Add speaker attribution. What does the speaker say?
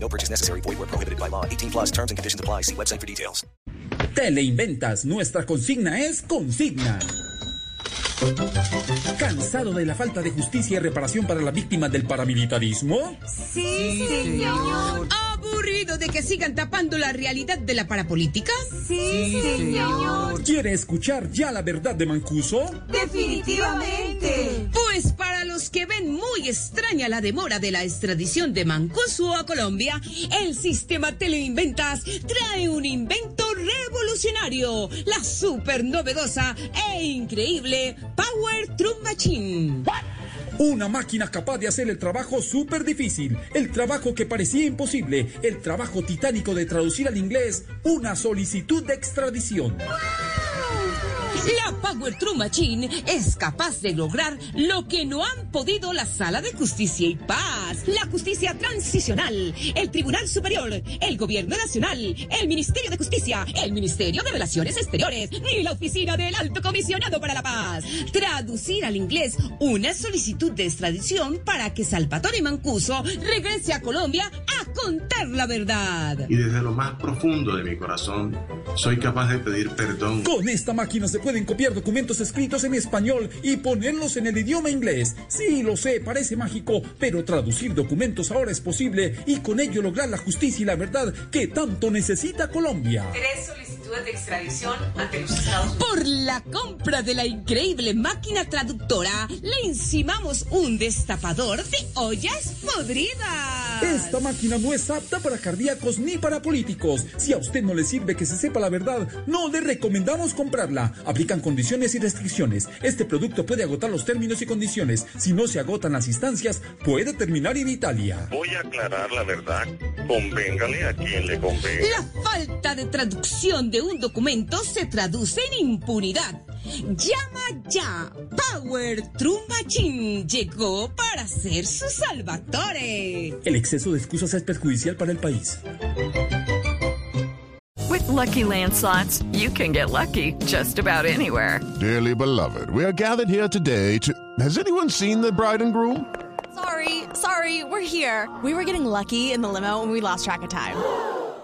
Speaker 1: No purchase necessary. Void where prohibited by law. 18 plus terms and conditions apply. See website for details.
Speaker 2: Teleinventas, nuestra consigna es consigna. ¿Cansado de la falta de justicia y reparación para las víctimas del paramilitarismo?
Speaker 3: Sí, señor.
Speaker 4: ¿Aburrido de que sigan tapando la realidad de la parapolítica?
Speaker 3: Sí, señor.
Speaker 2: ¿Quiere escuchar ya la verdad de Mancuso?
Speaker 3: Definitivamente.
Speaker 4: Pues para los que ven muy extraña la demora de la extradición de Mancuso a Colombia, el sistema Teleinventas trae un invento revolucionario, la super novedosa e increíble Power Trump Machine.
Speaker 2: Una máquina capaz de hacer el trabajo súper difícil, el trabajo que parecía imposible, el trabajo titánico de traducir al inglés una solicitud de extradición.
Speaker 4: La Power True Machine es capaz de lograr lo que no han podido la Sala de Justicia y Paz, la Justicia Transicional, el Tribunal Superior, el Gobierno Nacional, el Ministerio de Justicia, el Ministerio de Relaciones Exteriores ni la Oficina del Alto Comisionado para la Paz. Traducir al inglés una solicitud de extradición para que Salvatore Mancuso regrese a Colombia a contar la verdad.
Speaker 5: y desde lo más profundo de mi corazón soy capaz de pedir perdón.
Speaker 2: Con esta máquina se pueden copiar documentos escritos en español y ponerlos en el idioma inglés. Sí, lo sé, parece mágico, pero traducir documentos ahora es posible y con ello lograr la justicia y la verdad que tanto necesita Colombia.
Speaker 6: tres solicitudes de extradición ante los Estados Unidos.
Speaker 4: Por la compra de la increíble máquina traductora, le encimamos un destapador de ollas podridas.
Speaker 2: Esta máquina no es apta para cardíacos ni para políticos. Si a usted no le sirve que se sepa la verdad, no le recomendamos comprarla. Aplican condiciones y restricciones. Este producto puede agotar los términos y condiciones. Si no se agotan las instancias, puede terminar en Italia.
Speaker 7: Voy a aclarar la verdad. Convéngale a quien le convenga.
Speaker 4: La falta de traducción de un documento se traduce en impunidad. Llama ya. Power True Machine llegó para ser su salvatore.
Speaker 2: El exceso de excusas es perjudicial para el país.
Speaker 8: With Lucky Land slots, you can get lucky just about anywhere.
Speaker 9: Dearly beloved, we are gathered here today to. Has anyone seen the bride and groom?
Speaker 10: Sorry, sorry, we're here. We were getting lucky in the limo and we lost track of time.